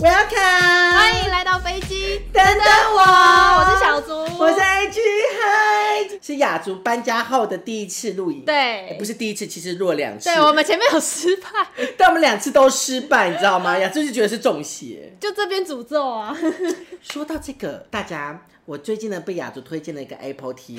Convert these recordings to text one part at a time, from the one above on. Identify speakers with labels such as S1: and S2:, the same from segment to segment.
S1: Welcome，
S2: 欢迎来到飞机，
S1: 嗯等等我，
S2: 我是小竹，
S1: 我是 AG，嗨，是雅竹搬家后的第一次录影，
S2: 对
S1: 哎不是第一次，其实录了两次，
S2: 对我们前面有失 败，
S1: 但我们两次都失败，你知 道吗？雅竹就觉得是中邪。
S2: 就这边诅咒啊，
S1: 说到这个，大家，我最近呢被雅竹推荐了一个 Apple TV，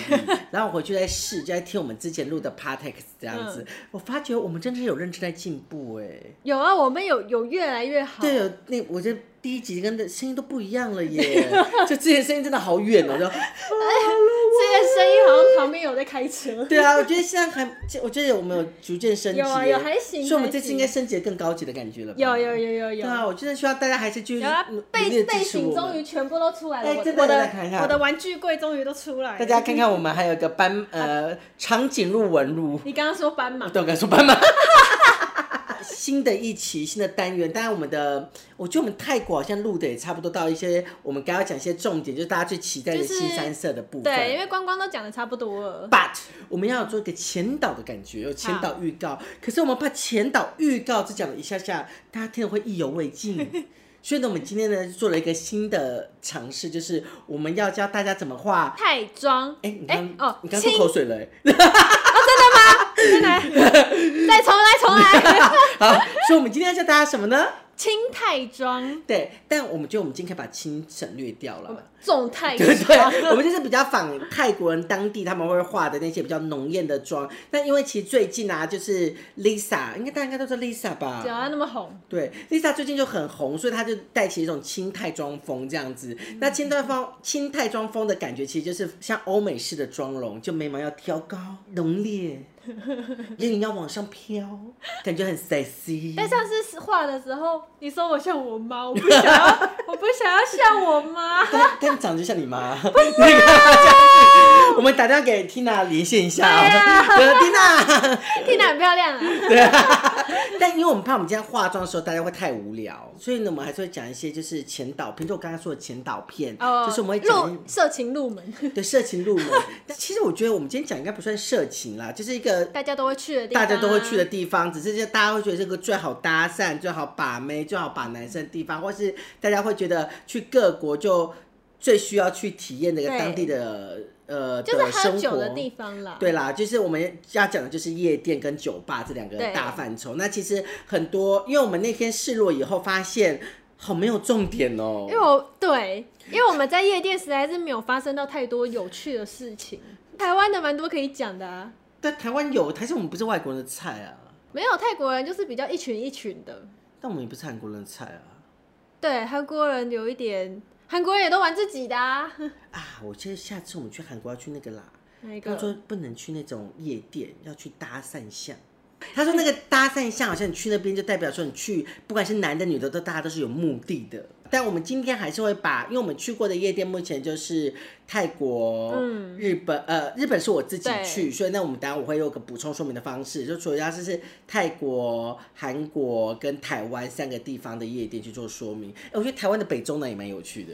S1: 然后我回去在试，就在听我们之前录的 Partex 这样子，
S2: 嗯
S1: 我发觉我们真的是有认真在进步哎。
S2: 有啊，我们有有越来越好，
S1: 对，有那我觉得第一集跟的声音都不一样了 耶，就之前声音真的好远哦，然后
S2: 这些声音好像旁边有在开车，
S1: 对啊，我觉得现在还，我觉得我们有逐渐升级耶，
S2: 有啊有还行
S1: 所以我们
S2: 还
S1: 这次应该升级得更高级的感觉了吧？
S2: 有有有有
S1: 对
S2: 有，
S1: 啊，我真的希望大家还是继续
S2: 有啊，
S1: 努
S2: 背
S1: 力地
S2: 背
S1: 支持
S2: 景
S1: 我
S2: 终于
S1: 们。
S2: 全部都出来了，
S1: 哎
S2: 我
S1: 真的
S2: 我
S1: 来看一下
S2: 的我的玩具柜终于都出来了，
S1: 大家看看，我们还有一个斑呃长颈鹿纹路，
S2: 你刚刚说斑马，
S1: 对，我刚说斑马。 新的一期新的单元，当然我们的，我觉得我们泰国好像录的也差不多到一些，我们该要讲一些重点，就是大家最期待的
S2: 就是
S1: 新三色的部分。
S2: 对，因为光光都讲的差不多了，
S1: But 我们要有做一个前导的感觉，有前导预告。可是我们怕前导预告只讲了一下下，大家听了会意犹未尽。所以呢，我们今天呢做了一个新的尝试，就是我们要教大家怎么画。
S2: 泰妆，
S1: 哎、你刚、
S2: 哦，
S1: 你刚
S2: 亲
S1: 吐口水了、欸。
S2: 再来， 再重来重来，
S1: 啊好，所以我们今天要教大家什么呢？
S2: 轻泰妆，
S1: 对，但我们觉得我们今天可以把亲省略掉了。
S2: 重 泰
S1: 对对
S2: 妆，，
S1: 我们就是比较仿泰国人当地他们会画的那些比较浓艳的妆。但因为其实最近啊，就是 Lisa，应该大家应该都是 Lisa 吧？
S2: 只要那么红，
S1: 对，Lisa 最近就很红，所以她就带起一种轻泰妆风这样子。那轻泰风、轻泰妆风的感觉，其实就是像欧美式的妆容，就眉毛要挑高、浓烈，眼影要往上飘，感觉很 sexy。
S2: 但上次哎画的时候，你说我像我妈，我不想要，我不想要像我妈。
S1: 但但长得就像你妈，你看这样 子，我们打电话给 Tina 连线一下 哦，对 Tina。
S2: 蒂娜很漂亮啊，
S1: 但因为我们怕我们今天化妆的时候大家会太无聊，所以呢，我们还是会讲一些就是前导片，就我刚刚说的前导片，就是我们会讲一
S2: 哦入色情入门，
S1: 对色情 入门。但其实我觉得我们今天讲应该不算色情啦，就是一个
S2: 大家都会去的地方、啊
S1: 大家都会去的
S2: 地
S1: 地方，只是就大家会觉得这个最好搭讪、最好把妹、最好把男生的地方，或是大家会觉得去各国就最需要去体验那个
S2: 对
S1: 当地的呃
S2: 就是
S1: 的
S2: 喝
S1: 生
S2: 酒
S1: 活
S2: 的地方啦。
S1: 对啦，就是我们要讲的就是夜店跟酒吧这两个
S2: 对
S1: 大范畴。那其实很多，因为我们那天试落以后发现，好没有重点哦、
S2: 因为我对，因为我们在夜店实在是没有发生到太多有趣的事情。台湾的蛮多可以讲的啊，
S1: 但台湾有，还是我们不是外国人的菜啊，
S2: 没有泰国人就是比较一群一群的，
S1: 但我们也不是韩国人的菜啊。
S2: 对，韩国人有一点，韩国人也都玩自己的啊，
S1: 啊，我记得下次我们去韩国要去那个啦，
S2: 哪一
S1: 他
S2: 个？
S1: 说不能去那种夜店，要去搭讪巷。他说那个搭讪巷好像你去那边就代表说你去，不管是男的女的都大家都是有目的的。但我们今天还是会把，因为我们去过的夜店目前就是泰国、
S2: 嗯
S1: 日本，呃，日本是我自己
S2: 对
S1: 去，所以那我们当然我会有个补充说明的方式，就主要就是泰国、韩国跟台湾三个地方的夜店去做说明。哎、我觉得台湾的北中南也蛮有趣的，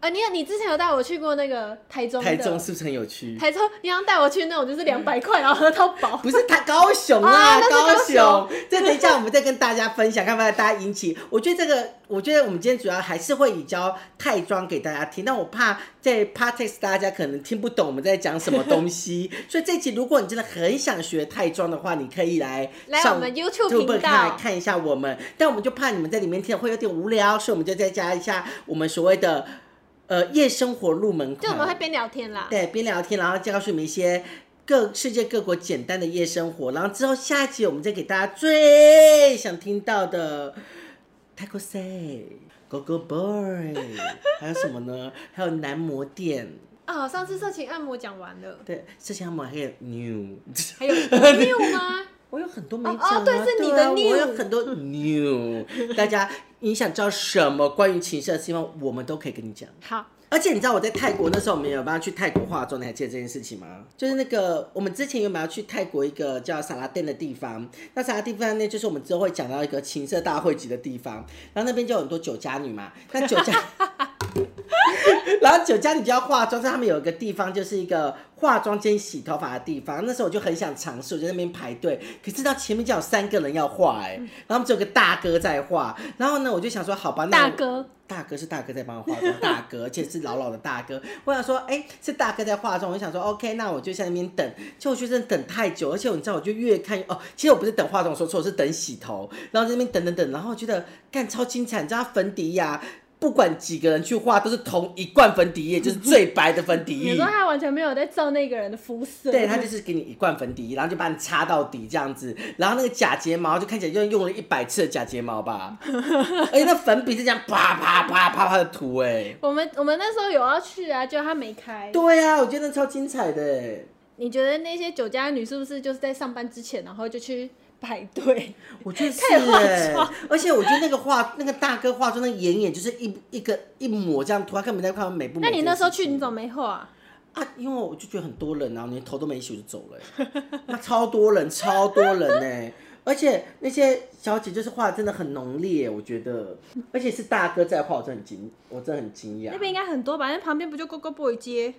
S2: 啊，你有你之前有带我去过那个台中的，
S1: 台中是不是很有趣？
S2: 台中，你想带我去那种就是两百块然后喝到饱，
S1: 不是他高雄啦，
S2: 啊那是
S1: 高
S2: 高
S1: 雄。这等一下我们再跟大家分享，看不看大家引起。我觉得这个，我觉得我们今天主要还是会以教泰妆给大家听，但我怕在 Partex 大家可能听不懂我们在讲什么东 西，所以这集如果你真的很想学泰妆的话，你可以来
S2: 来
S1: 上
S2: 我们 YouTube 频道
S1: 看看一下我们。但我们就怕你们在里面听得会有点无聊，所以我们就再加一下我们所谓的呃夜生活入门
S2: 就
S1: 款。
S2: 我们会边聊天啦。
S1: 嗯对，边聊天，然后再告诉你们一些各世界各国简单的夜生活，然后之后下一集我们再给大家最想听到的泰国 say。Go Go Boy，还有什么呢？还有男模店，
S2: 哦，上次色情按摩讲完了，
S1: 对，这些我们还有 New，
S2: 还 有你有吗？
S1: 我有很多没讲、啊
S2: 哦哦对是你的
S1: 啊
S2: new
S1: 我有很多 New，大家你想知道什么关于情色的地方，我们都可以跟你讲。
S2: 好，
S1: 而且你知道我在泰国那时候，我们有帮他去泰国化妆，你还记得这件事情吗？就是那个我们之前有没有去泰国一个叫萨拉店的地方？那萨拉地方呢，就是我们之后会讲到一个情色大汇集的地方，然后那边就有很多酒家女嘛。那酒家， 然后酒家你就要化妆，所以他们有一个地方就是一个化妆间洗头发的地方。那时候我就很想尝试，我就在那边排队，可是到前面就有三个人要化、哎，然后他们只有个大哥在化。然后呢，我就想说，好吧，那
S2: 大
S1: 我
S2: 哥，
S1: 大哥是大哥在帮我化 妆，大哥，而且是老老的大哥。我想说，哎、是大哥在化妆，我就想说，OK，那我就在那边等。结果我就真的等太久，而且你知道，我就越看哦，其实我不是等化妆，我说错，我是等洗头，然后在那边等等等，然后我觉得干超精彩，你知道粉底呀、不管几个人去画，都是同一罐粉 底液，就是最白的粉底
S2: 你
S1: 液
S2: 说。他完全没有在照那个人的肤色，
S1: 对，他就是给你一罐粉底液，然后就把你擦到底这样子，然后那个假睫毛就看起来就用了一百次的假睫毛 吧，而且那粉笔是这样啪啪啪啪啪的涂哎、
S2: 我们我们那时候有要去啊，就他没开。
S1: 对呀、啊，我觉得那超精彩的欸。
S2: 你觉得那些酒家女是不是就是在上班之前，然后就去排队？
S1: 我觉得是
S2: 开始化
S1: 哎
S2: 妆，
S1: 而且我觉得那个化那个大哥化妆那个眼影就是一一个一抹这样涂，他根本在看美不美
S2: 那
S1: 这件事情。
S2: 你那时候去，你怎么没画、啊？
S1: 啊？因为我就觉得很多人啊，你头都没洗我就走了欸， 那超多人，超多人呢、而且那些小姐就是画得真的很浓烈，我觉得，而且是大哥在画，我真的很惊，我真的很惊讶
S2: 那。边应该很多吧？那旁边不就 Go Go Boy 街？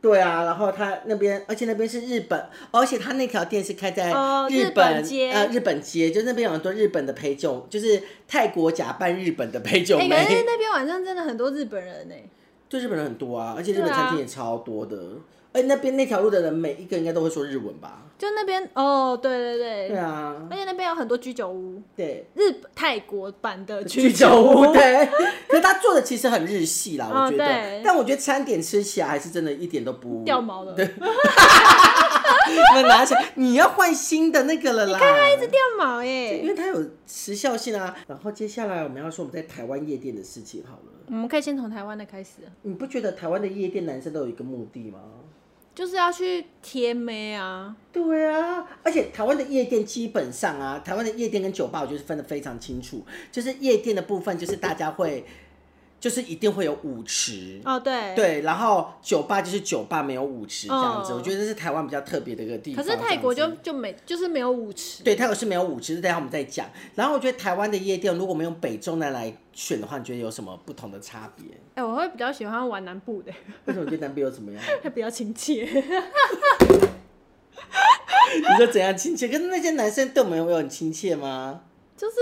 S1: 对啊，然后他那边，而且那边是日本，而且他那条店是开在
S2: 哦日
S1: 本,、
S2: 本街
S1: 呃，日本街，就那边有很多日本的陪酒，就是泰国假扮日本的陪酒
S2: 哎、
S1: 妹，
S2: 可是那边晚上真的很多日本人呢、
S1: 对日本人很多啊，而且日本
S2: 对啊
S1: 餐厅也超多的，而且那边那条路的人每一个应该都会说日文吧？
S2: 就那边哦，对对对，
S1: 对啊
S2: 而，且那边有很多居酒屋，
S1: 对。
S2: 日本泰国版的
S1: 居酒
S2: 酒
S1: 屋对，可是他做的其实很日系啦，我
S2: 哦
S1: 觉得，
S2: 对
S1: 但我觉得餐点吃起来还是真的一点都不
S2: 掉毛了，
S1: 对，你们拿起来，你要换新的那个了啦。
S2: 看它一直掉毛耶、
S1: 因为它有时效性啊。然后接下来我们要说我们在台湾夜店的事情好了。
S2: 我们可以先从台湾的开始，
S1: 你不觉得台湾的夜店男生都有一个目的吗？
S2: 就是要去贴妹啊，
S1: 对啊，而且台湾的夜店基本上啊，台湾的夜店跟酒吧我觉得分得非常清楚。就是夜店的部分，就是大家会，就是一定会有舞池。
S2: 哦对，
S1: 对，然后酒吧就是酒吧没有舞池这样子，
S2: 哦
S1: 我觉得这是台湾比较特别的一个地
S2: 可
S1: 方。
S2: 是泰国
S1: 这样
S2: 就
S1: 子
S2: 就没就是没有舞池，
S1: 对，泰国是没有舞池，这等一下我们再讲。然后我觉得台湾的夜店，如果我们用北中南来选的话，你觉得有什么不同的差别？
S2: 哎、我会比较喜欢玩南部的，
S1: 为什么你觉得南北有怎么样？
S2: 还比较亲切。
S1: 你说怎样亲切？可是那些男生对我们有没有很亲切吗？
S2: 就是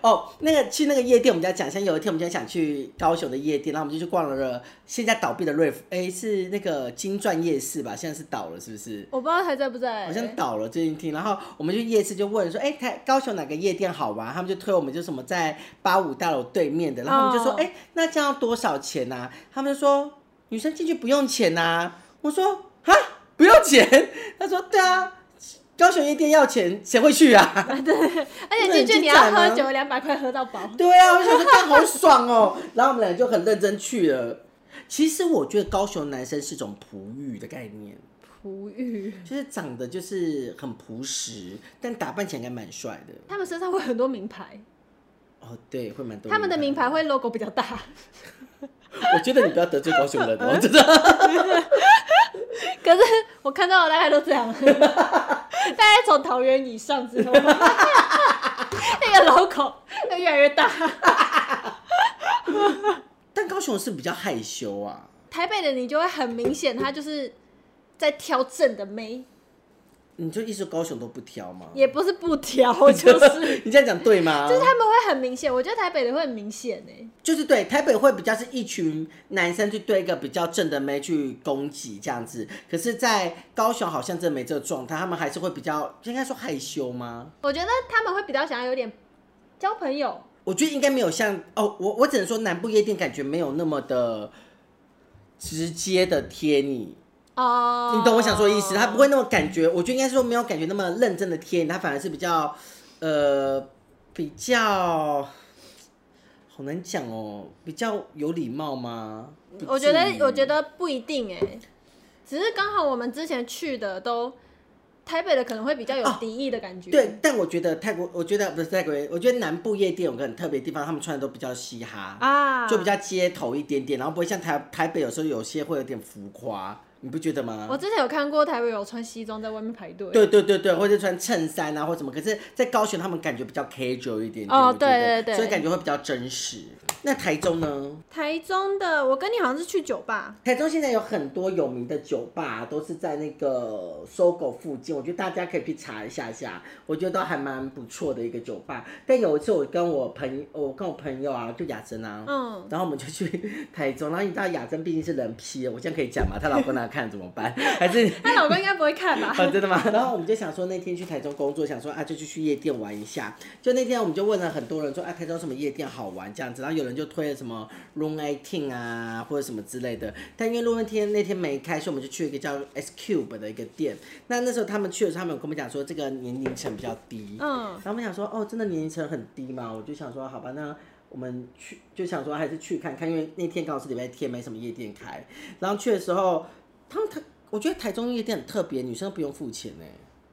S1: 哦，那个去那个夜店，我们家讲，像有一天我们家想去高雄的夜店，然后我们就去逛了现在倒闭的瑞福，哎，是那个金钻夜市吧？现在是倒了，是不是？
S2: 我不知道还在不在、
S1: 好像倒了，最近听，然后我们去夜市就问说，哎、台高雄哪个夜店好玩？他们就推我们就什么在八五大楼对面的，然后我们就说，
S2: 哦
S1: 哎、那这样要多少钱呐、啊？他们就说女生进去不用钱呐、啊。我说哈不用钱？他说对啊，高雄夜店要钱，谁会去啊？
S2: 而且进去你要喝酒，两百块喝到饱。
S1: 对啊，我想说看好爽哦、然后我们俩就很认真去了。其实我觉得高雄男生是种璞玉的概念，
S2: 璞玉，
S1: 就是长得就是很朴实，但打扮起来应该蛮帅的。
S2: 他们身上会很多名牌，
S1: 哦，对，会蛮多。
S2: 他们的名，牌会 logo 比较大，
S1: 我觉得你不要得罪高雄人哦，真的。
S2: 可是我看到的大概都这样， 大概从桃园以上之后， 那个 logo 会越来越大。
S1: 但高雄是比较害羞啊，
S2: 台北的你就会很明显，他就是在挑正的妹，
S1: 你就一说高雄都不挑吗？
S2: 也不是不挑， 就是。
S1: 你这样讲对吗？
S2: 就是他们会很明显，我觉得台北的会很明显欸呢、
S1: 就是对台北会比较是一群男生去对一个比较正的妹去攻击这样子，可是，在高雄好像真的没这个状态，他们还是会比较应该说害羞吗？
S2: 我觉得他们会比较想要有点交朋友，
S1: 我觉得应该没有像哦，我我只能说南部夜店感觉没有那么的直接的贴你，
S2: 哦，
S1: 你懂我想说的意思，他不会那么感觉，我觉得应该说没有感觉那么认真的贴，他反而是比较，呃，比较好难讲哦，比较有礼貌吗？不
S2: 我觉得
S1: 至于，
S2: 我觉得不一定哎、只是刚好我们之前去的都台北的可能会比较有
S1: 哦
S2: 敌意的感觉。
S1: 对，但我觉得泰国，我觉得不是泰国，我觉得南部夜店有个很特别的地方，他们穿的都比较嘻哈，
S2: 啊，
S1: 就比较街头一点点，然后不会像台台北有时候有些会有点浮夸，你不觉得吗？
S2: 我之前有看过台北有穿西装在外面排队。
S1: 对对对对，或者穿衬衫啊或什么，可是，在高雄他们感觉比较 casual 一点点，
S2: 哦
S1: 我觉得
S2: 对对对
S1: 所以感觉会比较真实。那台中呢？
S2: 台中的，我跟你好像是去酒吧，
S1: 台中现在有很多有名的酒吧，啊都是在那个搜狗附近，我觉得大家可以去查一下下，我觉得都还蛮不错的一个酒吧。但有一次我跟我朋我跟我朋友啊，就雅珍啊，
S2: 嗯，
S1: 然后我们就去 台中，然后你知道雅珍毕竟是人批，我现在可以讲吗？她老公哪看怎么办？ 还是
S2: 她老公应该不会 看吧？
S1: 啊，真的吗？然后我们就想说那天去台中工作，想说啊就去去夜店玩一下。就那天我们就问了很多人说啊台中什么夜店好玩这样子，然后有人就推了什么 Room 18啊或者什么之类的。但因为 Room 18那天没开，所以我们就去一个叫 S Cube 的一个店。那那时候他们去的时候，他们有跟我们讲说这个年龄层比较低，
S2: 嗯，
S1: 然后我们想说，哦，真的年龄层很低嘛，我就想说，好吧，那我们去就想说还是去看看，因为那天刚好是礼拜天，没什么夜店开。然后去的时候，他们台，我觉得台中夜店很特别，女生不用付钱欸呢、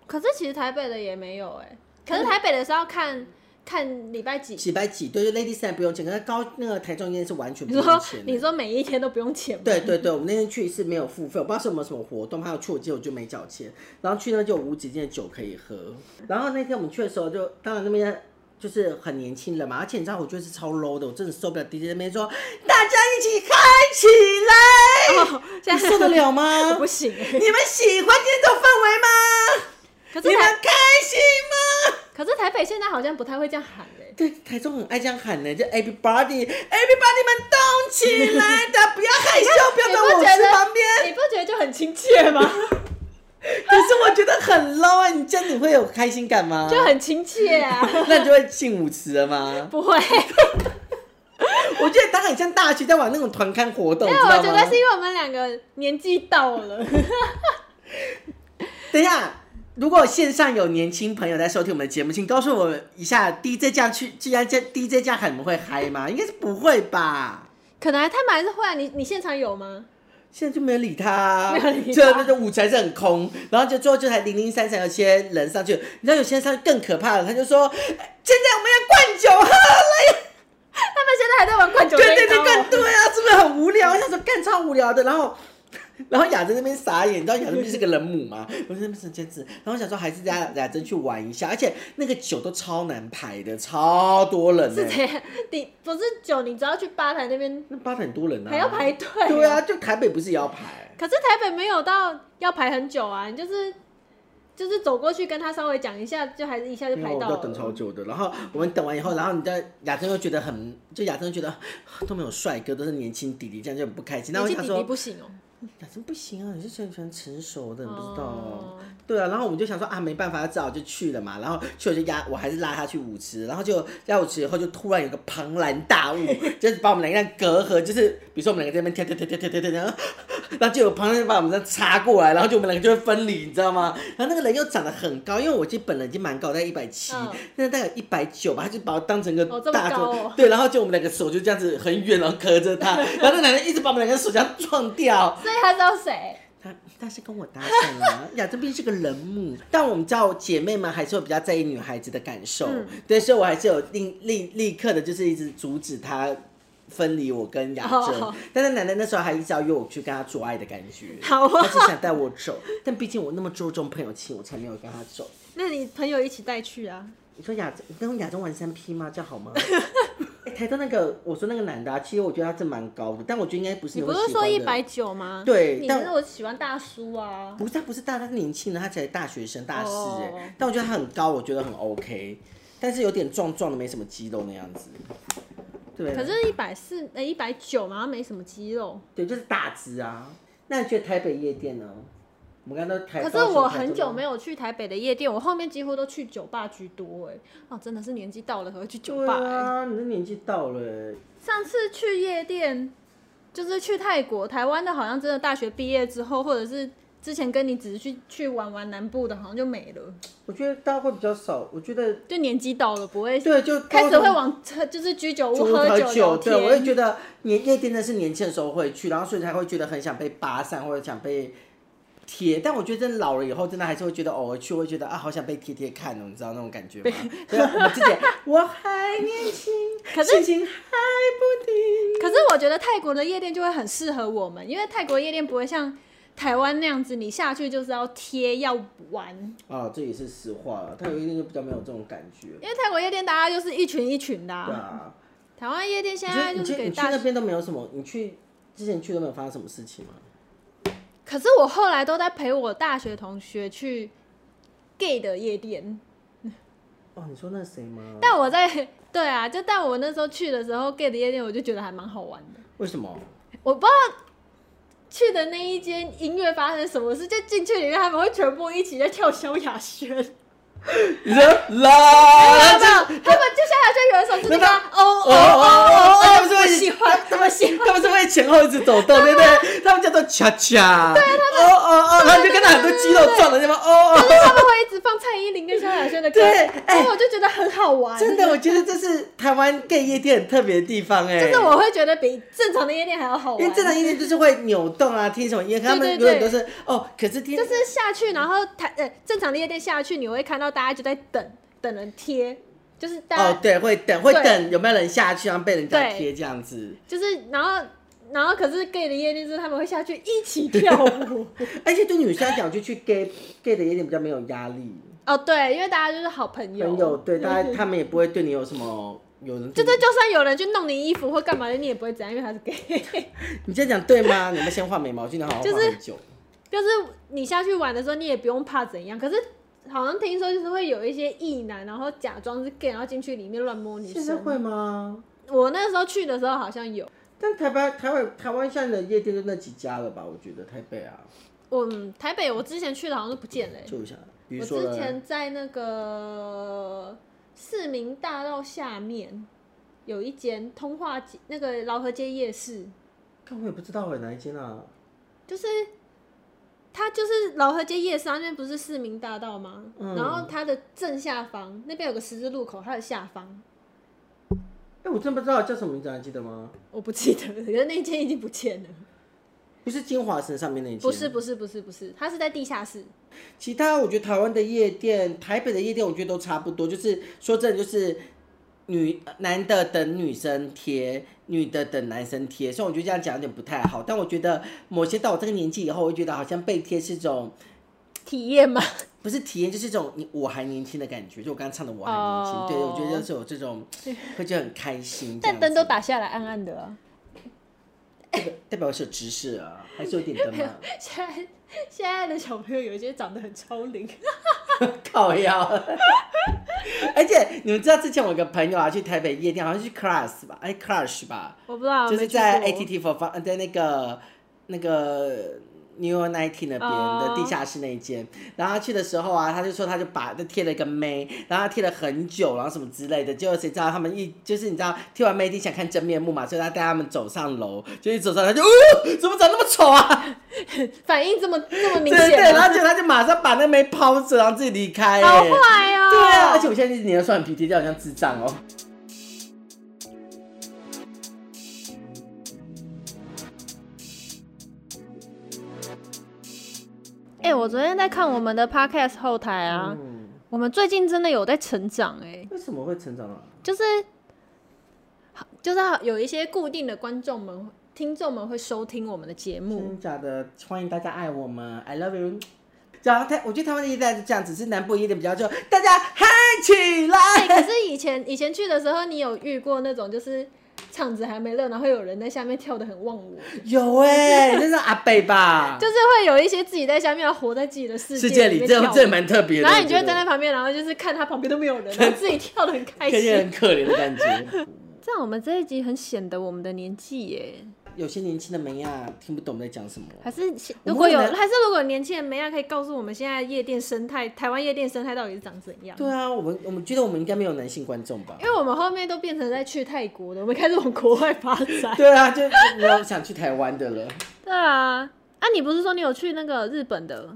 S2: 可是其实台北的也没有哎、可是台北的是要看看礼拜几，
S1: 几百几，对，就 Lady s i d 不用钱，可是高那个台中夜店是完全不
S2: 你
S1: 用
S2: 说
S1: 钱、欸
S2: 你说每一天都不用钱吗？
S1: 对对对，我们那天去是没有付费，我不知道是有没有什么活动，还有去我记得我就没缴钱，然后去那就有无止境的酒可以喝。然后那天我们去的时候就，当然那边就是很年轻人嘛，而且你知道我觉得是超 low 的，我真的受不了 DJ 那边说大家一起嗨起来，
S2: 哦， 现
S1: 你
S2: 在
S1: 受得了吗？
S2: 不行欸、
S1: 你们喜欢今天这种氛围吗？
S2: 可
S1: 你
S2: 是
S1: 们
S2: 台
S1: 开心吗？
S2: 可是台北现在好像不太会这样喊哎、
S1: 对，台中很爱这样喊呢，就 everybody，everybody 们动起来的，不要害羞，不要
S2: 你
S1: 在
S2: 不
S1: 我
S2: 觉
S1: 是旁边。
S2: 得你不觉得就很亲切吗？
S1: 可是我觉得很 low 啊！你这样你会有开心感吗？
S2: 就很亲切啊，
S1: 那你就会进舞池了吗？
S2: 不 会。
S1: 我觉得当然很像大学在玩那种团刊活动，
S2: 因
S1: 你
S2: 为
S1: 知
S2: 我
S1: 道
S2: 觉得
S1: 吗
S2: 是？因为我们两个年纪到 了，
S1: 等一下，如果线上有年轻朋友在收听我们的节目，请告诉我一下，DJ 这样去，既然这 DJ 这样喊，你们会嗨吗？应该是不会吧？
S2: 可能他们还是会啊。你你现场有吗？
S1: 现在就没有理他、啊，
S2: 没有理他
S1: 就那个舞台是很空，然后就最后就才零零散散，有些人上去，你知道有些人上去更可怕了，他就说：“哎现在我们要灌酒喝了。”
S2: 他们现在还在玩灌 酒
S1: 对对
S2: 杯
S1: 对
S2: 刀
S1: 对
S2: 哦，
S1: 对啊，是不是很无聊？我想说干超无聊的，然后。 然后雅珍那边傻眼，你知道雅珍不是个人母吗？我在那边是兼职，然后我想说还是让雅珍去玩一下，而且那个酒都超难排的，超多人呢、
S2: 是这样。你不是酒，你只要去吧台那边
S1: 那八很多人啊，
S2: 还要排队、哦
S1: 对啊，，就台北不是也要排？
S2: 可是台北没有到要排很久啊，你就是就是走过去跟他稍微讲一下，就还是一下就
S1: 因为
S2: 排
S1: 我
S2: 到
S1: 们要等
S2: 了。
S1: 超久的，然后我们等完以后，然后你知道雅珍又觉得很，就雅珍觉得 都没有帅哥，都是年轻弟弟，这样就很不开心。那我
S2: 年轻
S1: 想
S2: 弟
S1: 说
S2: 弟，不行哦、
S1: 雅珍不行啊，你是喜欢成熟的，你不知道、
S2: 哦
S1: 对啊，然后我们就想说啊，没办法，只好就去了嘛。然后去我就压，我还是拉他去舞池，然后就在舞池以后，就突然有个庞然大物，就是把我们两个隔阂，就是比如说我们两个在那边跳跳跳跳跳跳跳，然后然后就有庞然大物把我们这样插过来，然后就我们两个就会分离，你知道吗？然后那个人又长得很高，因为我其实本人已经蛮高，在一百七
S2: 嗯，
S1: 那大概一百九吧，他就把我当成个
S2: 哦这么
S1: 大
S2: 高
S1: 头，
S2: 哦
S1: 对，然后就我们两个手就这样子很远，然后隔着 他，然后那男人一直把我们两个手这样撞掉。
S2: 所以他知道谁？
S1: 他但是跟我搭讪啊， 雅珍毕竟是个人母，但我们知道姐妹们还是会比较在意女孩子的感受，
S2: 嗯
S1: 对，所以我还是有立立立刻的，就是一直阻止他分离我跟雅珍。
S2: 哦
S1: 但是奶奶那时候还一直要约我去跟她做爱的感觉，
S2: 好啊
S1: 她是想带我走，但毕竟我那么注重朋友情，我才没有跟她走。
S2: 那你朋友一起带去啊？
S1: 你说雅，你跟雅中玩三 P 吗？这样好 吗？哎，台中那个，我说那个男的、啊，其实我觉得他真蛮高的，但我觉得应该不是
S2: 你
S1: 我
S2: 不是
S1: 喜
S2: 说
S1: 欢
S2: 一
S1: 的
S2: 百九吗？
S1: 对
S2: 你
S1: 但
S2: 是我喜欢大叔啊。
S1: 不是，他不是大，他是年轻人，他才大学生大四哎、
S2: 哦
S1: 但我觉得他很高，我觉得很 OK，但是有点壮壮的，没什么肌肉那样子。对，
S2: 可是，一百四呃一百九嘛，没什么肌肉。
S1: 对，就是大只啊。那你觉得台北夜店呢？我们刚刚都台，
S2: 可是
S1: 哎高雄
S2: 我
S1: 台中
S2: 很久没
S1: 都
S2: 有去台北的夜店，我后面几乎都去酒吧居多哎、哦，真的是年纪到了才会去酒吧、
S1: 对
S2: 欸。
S1: 啊，你的年纪到了欸、
S2: 上次去夜店，就是去泰国、台湾的，好像真的大学毕业之后，或者是之前跟你只是去去玩玩南部的，好像就没了，
S1: 我觉得大家会比较少。我觉得
S2: 就年纪到了不会
S1: 对，就
S2: 开始
S1: 高中
S2: 会往就是居酒屋
S1: 就
S2: 喝
S1: 喝
S2: 酒聊
S1: 对，我也
S2: 天。
S1: 觉得年夜店那是年轻的时候会去，然后所以才会觉得很想被扒散或者想被贴。但我觉得真的老了以后，真的还是会觉得偶尔去会觉得啊，好想被贴贴看哦，你知道那种感觉吗？对啊，我自 己我还年轻，
S2: 可是
S1: 事情还不停。
S2: 可是我觉得泰国的夜店就会很适合我们，因为泰国夜店不会像台湾那样子，你下去就是要贴要玩。
S1: 啊，这也是实话了，他有一点就比较没有这种感觉。
S2: 因为泰国夜店大家就是一群一群的、
S1: 对啊，
S2: 台湾啊夜店现在
S1: 你
S2: 就是
S1: 去
S2: 给
S1: 你去
S2: 大
S1: 那边都没有什么，你去之前去都没有发生什么事情吗？
S2: 可是我后来都在陪我大学同学去 gay 的夜店，
S1: 哦，你说那谁吗？
S2: 但我在对啊，就但我那时候去的时候 gay 的夜店，我就觉得还蛮好玩的。
S1: 为什么？
S2: 我不知道去的那一间音乐发生什么事，就进去里面他们会全部一起在跳萧亚轩，
S1: 你说啦，
S2: 他们就萧亚轩有一首是那个哦哦哦
S1: 他
S2: 哦
S1: 们是，
S2: 我
S1: 会
S2: 喜欢，
S1: 他
S2: 我
S1: 们
S2: 喜欢。
S1: 他们是会前后一直走动，对不 对？他们叫做恰恰，对，哦哦哦，然后就跟他很多肌肉撞的地方，哦哦，
S2: 就是他们会一直放蔡依林跟萧亚轩的歌，
S1: 对哎
S2: 然后我就觉得很好玩，
S1: 哦真的，我觉得这是台湾 gay 夜店很特别的地方，哎，
S2: 就是我会觉得比正常的夜店还要好玩，
S1: 因为正常音乐就是会扭动啊，听什么音乐，可他们
S2: 对
S1: 永
S2: 对
S1: 远都是哦，可是听
S2: 就是下去，然后台呃正常的夜店下去，你会看到大家就在等等人贴，就是大家、
S1: 哦，对，会等会
S2: 对
S1: 等有没有人下去，然后被人家
S2: 对
S1: 贴这样子。
S2: 就是然后然后可是 gay 的夜店就是他们会下去一起跳 舞，
S1: 而且对女生来讲，就去 gay gay 的夜店比较没有压力，
S2: 哦对，因为大家就是好朋友，
S1: 朋友对大家他们也不会对你有什么有人
S2: 嗯就
S1: 对你
S2: 是就算有人去弄你衣服或干嘛的，你也不会怎样，因为他是 gay，
S1: 你这样讲对吗？你们先画眉毛，今天好好画很久。
S2: 就是你下去玩的时候你也不用怕怎样，可是。好像听说就是会有一些异男，然后假装是 gay，然后进去里面乱摸女
S1: 现在
S2: 生。
S1: 会吗？
S2: 我那时候去的时候好像有，
S1: 但台北、台湾、台湾现在的夜店就那几家了吧？我觉得台北啊，
S2: 我、嗯台北我之前去的好像都不见了欸、
S1: 就一下，比
S2: 我
S1: 如说
S2: 之
S1: 呢，
S2: 前在那个市民大道下面有一间通化街，那个劳合街夜市，
S1: 看我也不知道哎，哪一间啊？
S2: 就是它就是劳合街夜市，它那边不是市民大道吗？
S1: 嗯
S2: 然后它的正下方那边有个十字路口，它的下方
S1: 哎，我真不知道叫什么名字，啊还记得吗？
S2: 我不记得了，可是那间已经不见了。
S1: 不是金华城上面那一间，
S2: 不是不是不是不是，它是在地下室。
S1: 其他我觉得台湾的夜店、台北的夜店，我觉得都差不多。就是说真的，就是女男的等女生贴，女的等男生贴。虽然我觉得这样讲有点不太好，但我觉得某些到我这个年纪以后，我会觉得好像被贴是一种
S2: 体验嘛，
S1: 不是体验，就是一种你我还年轻的感觉。就我刚刚唱的我还年轻
S2: 哦
S1: 对我觉得就是有这种会觉得很开心。
S2: 但灯都打下来，暗暗的啊。
S1: 这样子代表代表是有知识啊，还是有点灯啊？
S2: 现在现在的小朋友有一些长得很超 龄，
S1: 靠腰。 而且你们知道之前我有个朋友啊，去台北夜店，好像是去 Crush 吧，哎 Crush 吧，
S2: 我不知道，
S1: 就是
S2: 啊没去
S1: 在
S2: 过
S1: ATT for Fun，呃在那个那个 New York Nineteen 那边
S2: 哦
S1: 的地下室那一间。然后他去的时候啊，他就说他就把就贴了一个妹，然后他贴了很久，然后什么之类的。结果谁知道他们一就是你知道贴完妹一定想看真面目嘛，所以他带他们走上楼，就一走上来就，哦、怎么长那么丑啊？
S2: 反应这么这么明
S1: 对对对，
S2: 显啊
S1: 然
S2: 吗，
S1: 后结果他就马上把那妹抛着，然后自己离开、
S2: 好
S1: 哎
S2: 坏哦。
S1: 对啊，而且我现在是黏着双眼皮贴，就好像智障哦。
S2: 哎、我昨天在看我们的 podcast 后台啊，
S1: 嗯，
S2: 我们最近真的有在成长哎、
S1: 为什么会成长啊？
S2: 就是就是有一些固定的观众们、听众们会收听我们的节
S1: 真
S2: 目，
S1: 的假的？欢迎大家爱我们，I love you。然后台，我觉得台湾的一代是这样，只是南部一点比较就大家嗨起
S2: 哎、
S1: 来。
S2: 可是以前以前去的时候，你有遇过那种就是场子还没热，然后有人在下面跳的很忘我，
S1: 有哎、那是阿北吧？
S2: 就是会有一些自己在下面要活在自己的世
S1: 世界
S2: 里
S1: 里
S2: 面
S1: 这
S2: 跳舞
S1: 这蛮特别的。
S2: 然后你就
S1: 我
S2: 会
S1: 觉
S2: 站
S1: 得
S2: 在旁边，然后就是看他旁边都没有 人，然后自己跳的很开
S1: 可见
S2: 心。
S1: 很可怜的感觉。
S2: 这样我们这一集很显得我们的年纪耶，
S1: 有些年轻的梅亚听不懂我们在讲什么。
S2: 还是
S1: 我们
S2: 如果有，
S1: 可能
S2: 还是如果有年轻人梅亚可以告诉我们现在夜店生态，台湾夜店生态到底是长怎样？
S1: 对啊，我们我们觉得我们应该没有男性观众吧
S2: 因？为我们后面都变成在去泰国的，我们开始往国外发展。
S1: 对啊，就没有想去台湾的了。
S2: 对啊，啊，你不是说你有去那个日本的？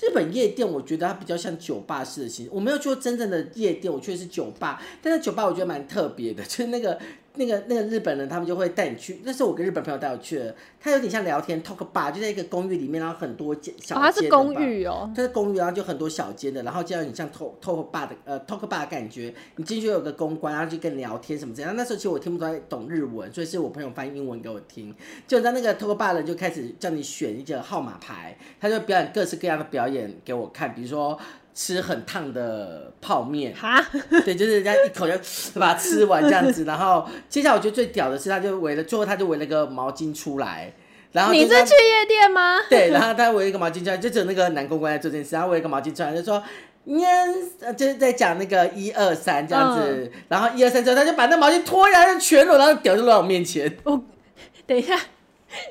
S1: 日本夜店，我觉得它比较像酒吧式的形式。我没有去过真正的夜店，我去的是酒吧，但是酒吧我觉得蛮特别的， 就是那个那个那个日本人，他们就会带你去。那时候我跟日本朋友带我去的，它有点像聊天 talk bar，就在一个公寓里面，然后很多间小
S2: 哦，
S1: 间、
S2: 它是公。寓哦。，
S1: 它是公寓，然后就很多小间的，然后就有点像 talk talk bar 的呃 talk bar 的感觉。你进去有个公关，然后就跟你聊天什么这样。那时候其实我听不太懂日文，所以是我朋友翻英文给我听。就在那个 talk bar 的人就开始叫你选一个号码牌，他就表演各式各样的表演给我看，比如说吃很烫的泡面
S2: 哈，
S1: 对，就是人家一口就把它吃完这样子。然后接下来我觉得最屌的是，他就围了，最后他就围了个毛巾出来，然后
S2: 你
S1: 就是他
S2: 去夜店吗？
S1: 对，然后他围一个毛巾出来，就只有那个男公关在做这件事，他围一个毛巾出来就说。Yes，呃就是在讲那个一二三这样子，
S2: 嗯
S1: 然后一二三之后，他就把那毛巾脱下来就全裸，然后屌就落到我面前。
S2: 我 等一下，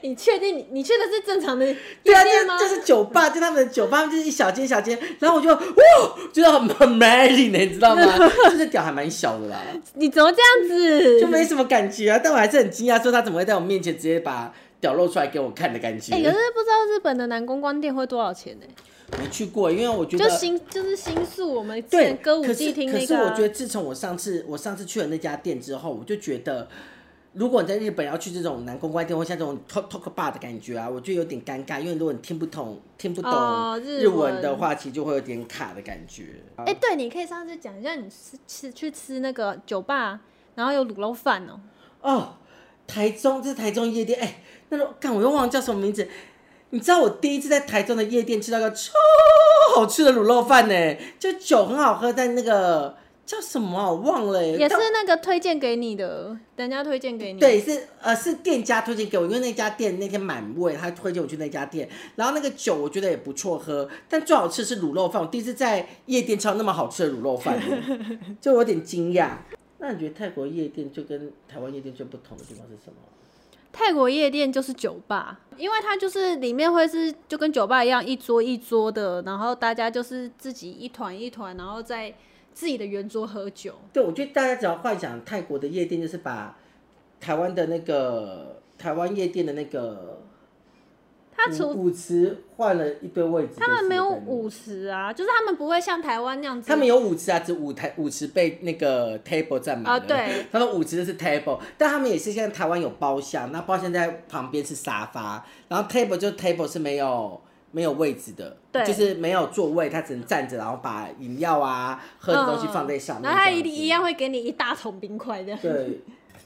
S2: 你确定你你去的是正常的夜
S1: 对啊，就
S2: 店吗？
S1: 是就是酒吧，就他们的酒吧就是一小间一小间，然后我就哇，觉得很很 manly 呢，你知道 吗？就是屌还蛮小的啦，
S2: 你怎么这样子？
S1: 就没什么感觉啊，但我还是很惊讶，说他怎么会在我面前直接把屌露出来给我看的感觉。
S2: 哎、可是不知道日本的男公关店会多少钱呢、
S1: 没去过，因为我觉得
S2: 就新就是新宿，我们之
S1: 对
S2: 前歌舞伎厅
S1: 可
S2: 那
S1: 是可
S2: 个、
S1: 是我
S2: 啊
S1: 觉，得自从我上次我上次去了那家店之后，我就觉得。如果你在日本要去这种男公关店或像这种 talk talk bar 的感觉啊，我觉得有点尴尬，因为如果你听不懂听不懂
S2: 哦日
S1: 日文
S2: 文
S1: 的话，其实就会有点卡的感觉。
S2: 哎、对，你可以上次讲一下你吃吃去吃那个酒吧，然后有卤肉饭哦、
S1: 哦，台中这是台中夜店，哎、那种干我又忘了叫什么名字。你知道我第一次在台中的夜店吃到个超好吃的卤肉饭呢、就酒很好喝，但那个叫什么啊我忘了、欸，
S2: 也是
S1: 但
S2: 那个推荐给你的，人家推荐给你。，
S1: 对，是呃是店家推荐给我，因为那家店那天满位，他推荐我去那家店。然后那个酒我觉得也不错喝，但最好吃是卤肉饭。我第一次在夜店吃到那么好吃的卤肉饭欸， 就有点惊讶。那你觉得泰国夜店就跟台湾夜店最不同的地方是什么？
S2: 泰国夜店就是酒吧，因为它就是里面会是就跟酒吧一样一桌一桌的，然后大家就是自己一团一团，然后在自己的圆桌喝酒。
S1: 对，我觉得大家只要幻想泰国的夜店，就是把台湾的那个台湾夜店的那个
S2: 它除
S1: 舞舞池换了一堆位置，
S2: 他们没有
S1: 舞，
S2: 舞池啊，就是他们不会像台湾那样子。
S1: 他们有舞池啊，只舞台舞池被那个 table 占满了。
S2: 啊对，
S1: 他们舞池的是 table，但他们也是像台湾有包厢，那包厢在旁边是沙发，然后 table 就 table 是没有。没有位置的，
S2: 对
S1: 就是没有座位，他只能站着，然后把饮料啊、喝的东西
S2: 嗯
S1: 放在上面这
S2: 然
S1: 样子。
S2: 后他一定一样会给你一大桶冰块的。
S1: 对，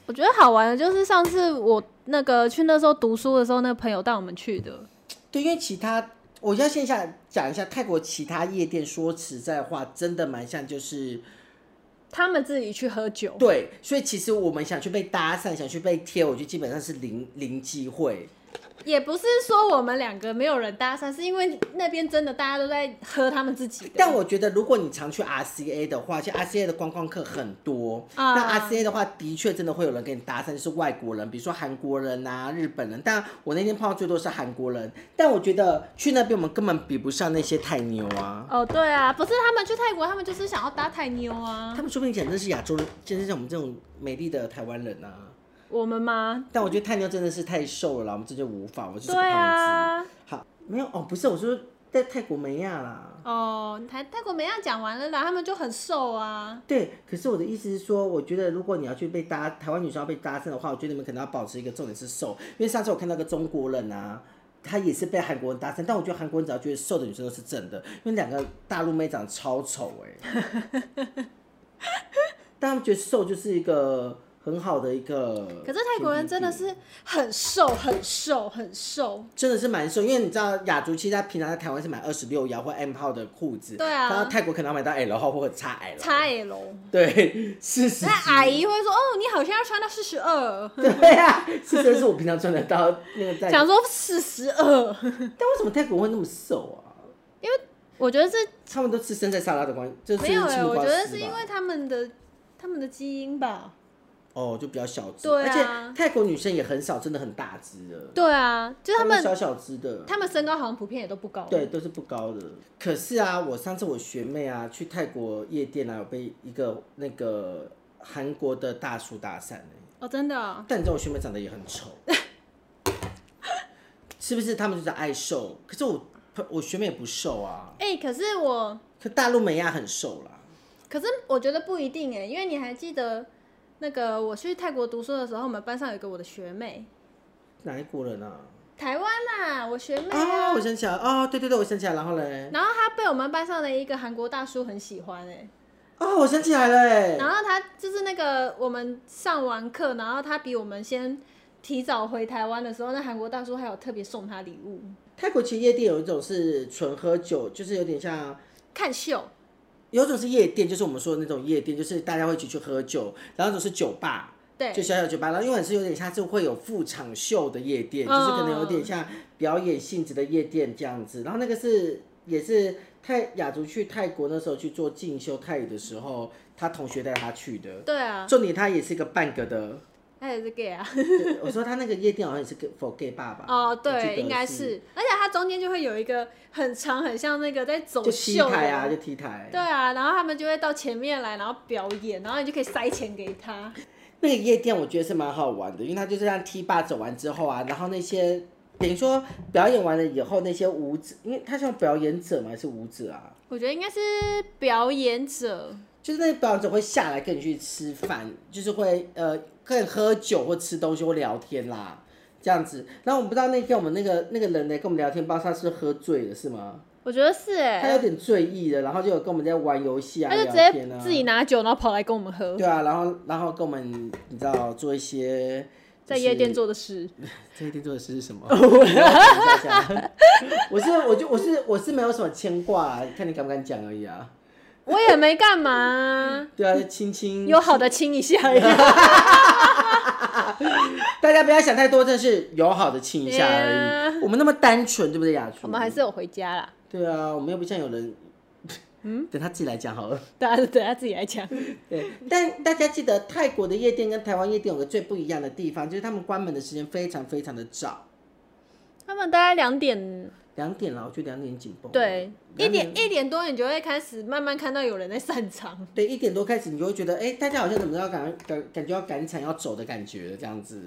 S2: 我觉得好玩的就是上次我那个去那时候读书的时候，那个朋友带我们去的。
S1: 对，因为其他，我要线下讲一下泰国其他夜店。说实在话，真的蛮像，就是
S2: 他们自己去喝酒，
S1: 对，所以其实我们想去被搭讪，想去被贴，我觉得基本上是零零机会。
S2: 也不是说我们两个没有人搭讪，是因为那边真的大家都在喝他们自己的。
S1: 但我觉得，如果你常去 RCA 的话，其实 RCA 的观光客很多。
S2: 啊
S1: 那 RCA 的话，的确真的会有人给你搭讪，就是外国人，比如说韩国人啊、日本人。但我那天碰到最多是韩国人，但我觉得去那边我们根本比不上那些泰牛啊。
S2: 哦，对啊，不是他们去泰国，他们就是想要搭泰妞啊
S1: 他。们说不定简直是亚洲人，真是像我们这种美丽的台湾人啊。
S2: 我们吗？
S1: 但我觉得太妞真的是太瘦了啦，我们这就无法，我就是
S2: 对
S1: 个胖子。
S2: 啊，
S1: 好，没有哦，不是，我说在泰国梅亚啦。
S2: 哦，台泰国没让讲完了啦，他们就很瘦啊。
S1: 对，可是我的意思是说，我觉得如果你要去被搭台湾女生要被搭讪的话，我觉得你们可能要保持一个重点是瘦，因为上次我看到一个中国人啊，他也是被韩国人搭讪，但我觉得韩国人只要觉得瘦的女生都是正的，因为两个大陆妹长得超丑哎、 但他们觉得瘦就是一个很好的一个，
S2: 可是泰国人真的是很瘦，很瘦，很瘦。
S1: 真的是蛮瘦，因为你知道雅竹其实她平常在台湾是买二十六腰或 M 号的裤子，
S2: 对啊
S1: 然后泰国可能要买到 L 号或者 XL，
S2: XL，
S1: 对，四十
S2: 那，阿姨会说：“哦，你好像要穿到四十二。
S1: 对啊，四十是我平常穿得到那个”在，但
S2: 想说四十二，
S1: 为什么泰国会那么瘦啊？
S2: 我觉得是
S1: 他们都吃生菜沙拉的关，就是
S2: 没有哎、
S1: 吃木
S2: 我
S1: 瓜
S2: 觉
S1: 丝
S2: 得
S1: 吧
S2: 是因为他们的他们的基因吧。
S1: 哦，就比较小只，
S2: 对啊
S1: 而且泰国女生也很少真的很大只的，
S2: 对啊，就是他
S1: 她们
S2: 们
S1: 小小只的，
S2: 他们身高好像普遍也都不高。
S1: 对，都是不高的。可是啊，我上次我学妹啊去泰国夜店啊，有被一个那个韩国的大叔搭讪、欸、
S2: 哦，真的哦、
S1: 但你知道我学妹长得也很 丑，是不是？他们就是爱瘦，可是我我学妹也不瘦啊，
S2: 哎、可是我
S1: 可大陆美亚很瘦啦。
S2: 可是我觉得不一定哎、因为你还记得那个我去泰国读书的时候，我们班上有一个我的学妹，
S1: 哪一国人啊？
S2: 台湾啦，我学妹啊。
S1: 哦，我想起来，哦，对对对，我想起来，然后嘞，
S2: 然后她被我们班上的一个韩国大叔很喜欢哎、
S1: 哦，我想起来了欸，
S2: 然后他就是那个我们上完课，然后他比我们先提早回台湾的时候，那韩国大叔还有特别送他礼物。
S1: 泰国其实夜店有一种是纯喝酒，就是有点像
S2: 看秀，
S1: 有种是夜店，就是我们说的那种夜店，就是大家会一起去喝酒，然后有种是酒吧，
S2: 对
S1: 就，小小酒吧，然后因为是有点像是会有副场秀的夜店，就是可能有点像表演性质的夜店这样子。然后那个是也是泰雅竹去泰国那时候去做进修泰语的时候，他同学带他去的。
S2: 对啊，
S1: 重点他也是一个半个的，
S2: 他也是 gay 啊，
S1: 对我说他那个夜店好像也是个 for gay 爸爸
S2: 哦，
S1: 我记得
S2: 对，应该
S1: 是
S2: 是，而且它中间就会有一个很长，很像那个在走
S1: 就 T
S2: 秀
S1: 台啊，
S2: 的
S1: 就 T 台。
S2: 对啊，然后他们就会到前面来，然后表演，然后你就可以塞钱给他。
S1: 那个夜店我觉得是蛮好玩的，因为它就是让 T 吧走完之后啊，然后那些等于说表演完了以后，那些舞者，因为他像表演者嘛，还是舞者啊？
S2: 我觉得应该是表演者，
S1: 就是那些表演者会下来跟你去吃饭，就是会呃跟你喝酒或吃东西或聊天啦，这样子。然后我不知道那天我们那个那个人来跟我们聊天，不知道他是喝醉了是吗？
S2: 我觉得是哎、
S1: 他有点醉意了，然后就有跟我们在玩游戏啊，
S2: 他就直
S1: 聊
S2: 接
S1: 天啊，
S2: 自己拿酒，然后跑来跟我们喝，
S1: 对啊，然后然后跟我们你知道做一些、
S2: 在
S1: 就
S2: 夜
S1: 是
S2: 店做 的事。
S1: 这一天做的事是什么？ 我要想一下我是我就我是我是没有什么牵挂、啊，看你敢不敢讲而已啊。
S2: 我也没干嘛，
S1: 对啊，就亲亲。
S2: 有好的亲一下而已。
S1: 嗯大家不要想太多，真的是友好的亲一下而已。
S2: Yeah
S1: 我们那么单纯，对不对，雅竹？
S2: 我们还是有回家啦，
S1: 对啊，我们又不像有人。嗯，等他自己来讲好了。
S2: 大家等他自己来讲。
S1: 对，但大家记得泰国的夜店跟台湾夜店有个最不一样的地方，就是他们关门的时间非常非常的早，
S2: 他们大概两点，
S1: 两点了，我觉得两点紧绷。
S2: 对，一
S1: 两
S2: 点一点多，你就会开始慢慢看到有人在散场。
S1: 对，一点多开始，你就会觉得，哎、大家好像怎么要赶赶感觉要赶场要走的感觉这样子。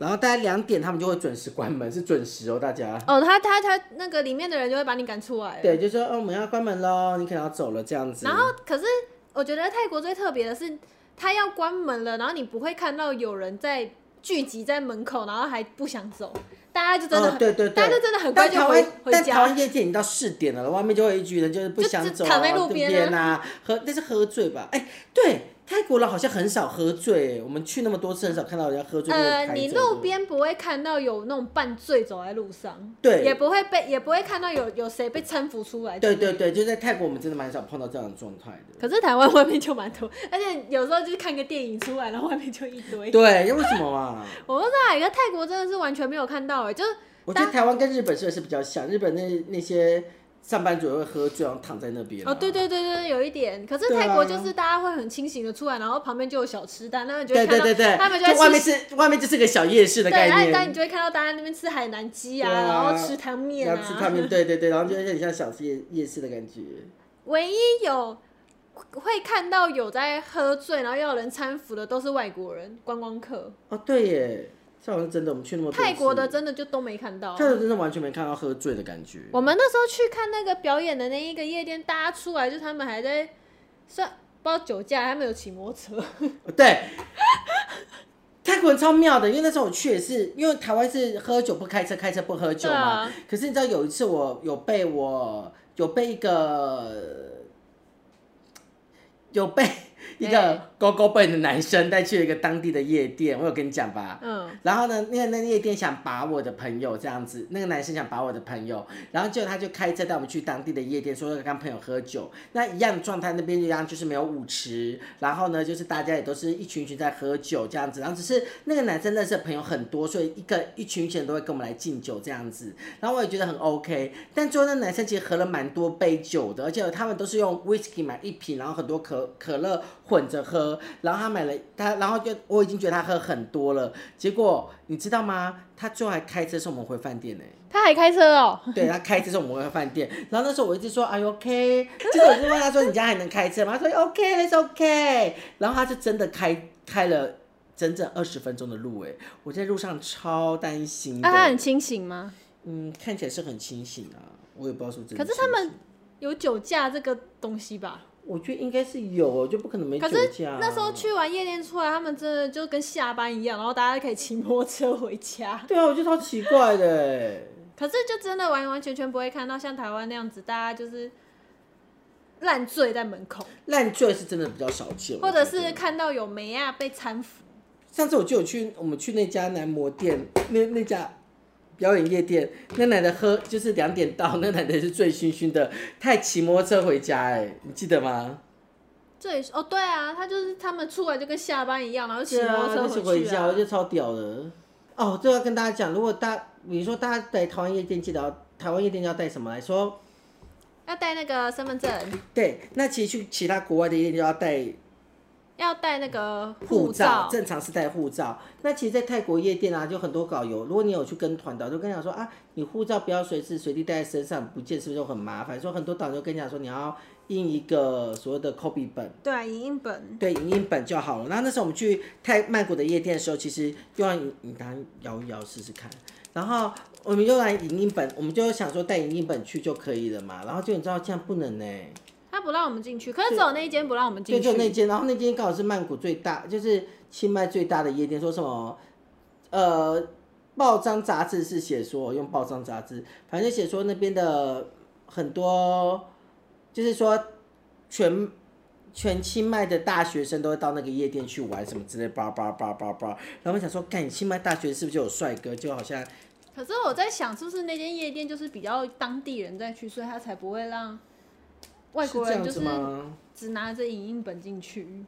S1: 然后大概两点，他们就会准时关门，是准时哦，大家。
S2: 哦，他他他那个里面的人就会把你赶出来。
S1: 对，就说，哦，我们要关门喽，你可能要走了这样子。
S2: 然后，可是我觉得泰国最特别的是，他要关门了，然后你不会看到有人在聚集在门口，然后还不想走，大家就真的
S1: 哦
S2: 很，
S1: 对对对
S2: 大家就真的很快
S1: 但
S2: 就
S1: 台
S2: 回
S1: 湾，
S2: 回
S1: 但台
S2: 家
S1: 湾。夜店已经到四点了，外面就会有一群人就是不
S2: 就
S1: 想
S2: 只
S1: 走、啊，
S2: 躺在路边啊
S1: 边啊，喝那是喝醉吧？哎、对，泰国人好像很少喝醉，我们去那么多次很少看到人家喝醉。
S2: 呃，你路
S1: 边。
S2: 边不会看到有那种半醉走在路上，
S1: 对
S2: 也不会被，也不会看到有有谁被搀扶出来。
S1: 对对。对，就在泰国，我们真的蛮少碰到这样的状态的。
S2: 可是台湾外面就蛮多，而且有时候就是看个电影出来，然后外面就一堆。
S1: 对，因为什么啊？
S2: 我不知道，一个泰国真的是完全没有看到哎、就是
S1: 我觉得台湾跟日本是不是比较像？日本那那些上班族也会喝醉，然后躺在那边、啊
S2: 哦，对。对对对，有一点。可是
S1: 对啊
S2: 泰国就是大家会很清醒的出来，然后旁边就有小吃摊，他们就
S1: 对
S2: 会
S1: 对
S2: 看到
S1: 对对，
S2: 他们就
S1: 就外
S2: 在
S1: 面
S2: 吃。
S1: 是外面就是个小夜市的
S2: 对，
S1: 概
S2: 然后
S1: 念，
S2: 但你就会看到大家那边吃海南鸡啊，
S1: 对啊
S2: 然后吃汤面
S1: 然后吃汤
S2: 啊。
S1: 面，对对对，然后就有点像小夜夜市的感觉。
S2: 唯一有会看到有在喝醉，然后要有人搀扶的都是外国人观光客，
S1: 哦，对耶，像我是真的，我们去那么多次
S2: 泰国的，真的就都没看到啊
S1: 泰。国真的完全没看到喝醉的感觉。
S2: 我们那时候去看那个表演的那一个夜店，大家出来就他们还在算不知道酒驾，他们有骑摩托车。
S1: 哦对，泰国人超妙的，因为那时候我去也是，因为台湾是喝酒不开车，开车不喝酒嘛。
S2: 对啊
S1: 可是你知道有一次我有被我有被一个有被 一
S2: 哎
S1: 个勾勾背的男生带去了一个当地的夜店，我有跟你讲吧？
S2: 嗯，
S1: 然后呢，那个那个夜店想把我的朋友这样子，那个男生想把我的朋友，然后结果他就开车带我们去当地的夜店，说要跟朋友喝酒。那一样的状态，那边一样就是没有舞池，然后呢，就是大家也都是一群一群在喝酒这样子，然后只是那个男生认识的朋友很多，所以一个一群一群人都会跟我们来敬酒这样子。然后我也觉得很 OK，但最后那男生其实喝了蛮多杯酒的，而且他们都是用 whisky 买一瓶，然后很多可可乐混着喝，然后他买了他，然后就我已经觉得他喝很多了，结果你知道吗？他最后还开车送我们回饭店呢、
S2: 他还开车哦、
S1: 对他开车送我们回饭店，然后那时候我一直说 Are you OK？结果我就问他说你家还能开车吗？他说 OK，It's OK。然后他是真的开开了整整二十分钟的路哎、我在路上超担心的。
S2: 啊那他很清醒吗？
S1: 嗯，看起来是很清醒啊，我也不知道是不是真的
S2: 可是他
S1: 清
S2: 们
S1: 醒，
S2: 有酒驾这个东西吧？
S1: 我觉得应该是有，就不可能没酒
S2: 可是
S1: 驾啊、
S2: 那时候去完夜店出来，他们真的就跟下班一样，然后大家可以骑摩托车回家。
S1: 对啊，我觉得超奇怪的、欸。
S2: 可是就真的完完全全不会看到像台湾那样子，大家就是烂醉在门口，
S1: 烂醉是真的比较少见，我
S2: 或者
S1: 觉得
S2: 是看到有梅亚被搀扶。
S1: 上次我就有去我们去那家男模店，那那家表演夜店，那奶奶喝就是两点到， 那奶奶是醉醺醺的，她还骑摩托车回家、哎，你记得吗？
S2: 这也是哦，对啊，他就是他们出来就跟下班一样，然后骑
S1: 对
S2: 摩
S1: 啊，
S2: 托
S1: 就
S2: 车
S1: 是回
S2: 去
S1: 家，
S2: 啊
S1: 我觉得超屌的。哦，这要跟大家讲，如果大，比如说大家来台湾夜店，记得要台湾夜店要带什么来说？
S2: 要带那个身份证，
S1: 对，那其实去其他国外的夜店就要带
S2: 要带那个
S1: 护照
S2: 照，，
S1: 正常是带护照。那其实，在泰国夜店啊，就很多导游，如果你有去跟团导，就跟你讲说啊，你护照不要随时随地带在身上，不见是不是就很麻烦？说很多导游跟你讲说，你要印一个所谓的 copy 本。
S2: 对啊，影印本，
S1: 对，影印本就好了。然后那时候我们去泰曼谷的夜店的时候，其实用完影你拿摇一摇试试看。然后我们用完影印本，我们就想说带影印本去就可以了嘛。然后就你知道这样不能呢、
S2: 他不让我们进去，可是只有那一间不让我们
S1: 对，
S2: 进
S1: 就那
S2: 去，
S1: 间，然后那间刚好是曼谷最大，就是清迈最大的夜店，说什么，呃，报章杂志是写说用报章杂志，反正就写说那边的很多，就是说全全清迈的大学生都会到那个夜店去玩什么之类，叭叭叭叭叭。然后我想说，干清迈大学是不是就有帅哥？就好像
S2: 可是我在想，是不是那间夜店就是比较当地人在去，所以他才不会让外国人就是
S1: 这样子吗？
S2: 只拿着影印本进去，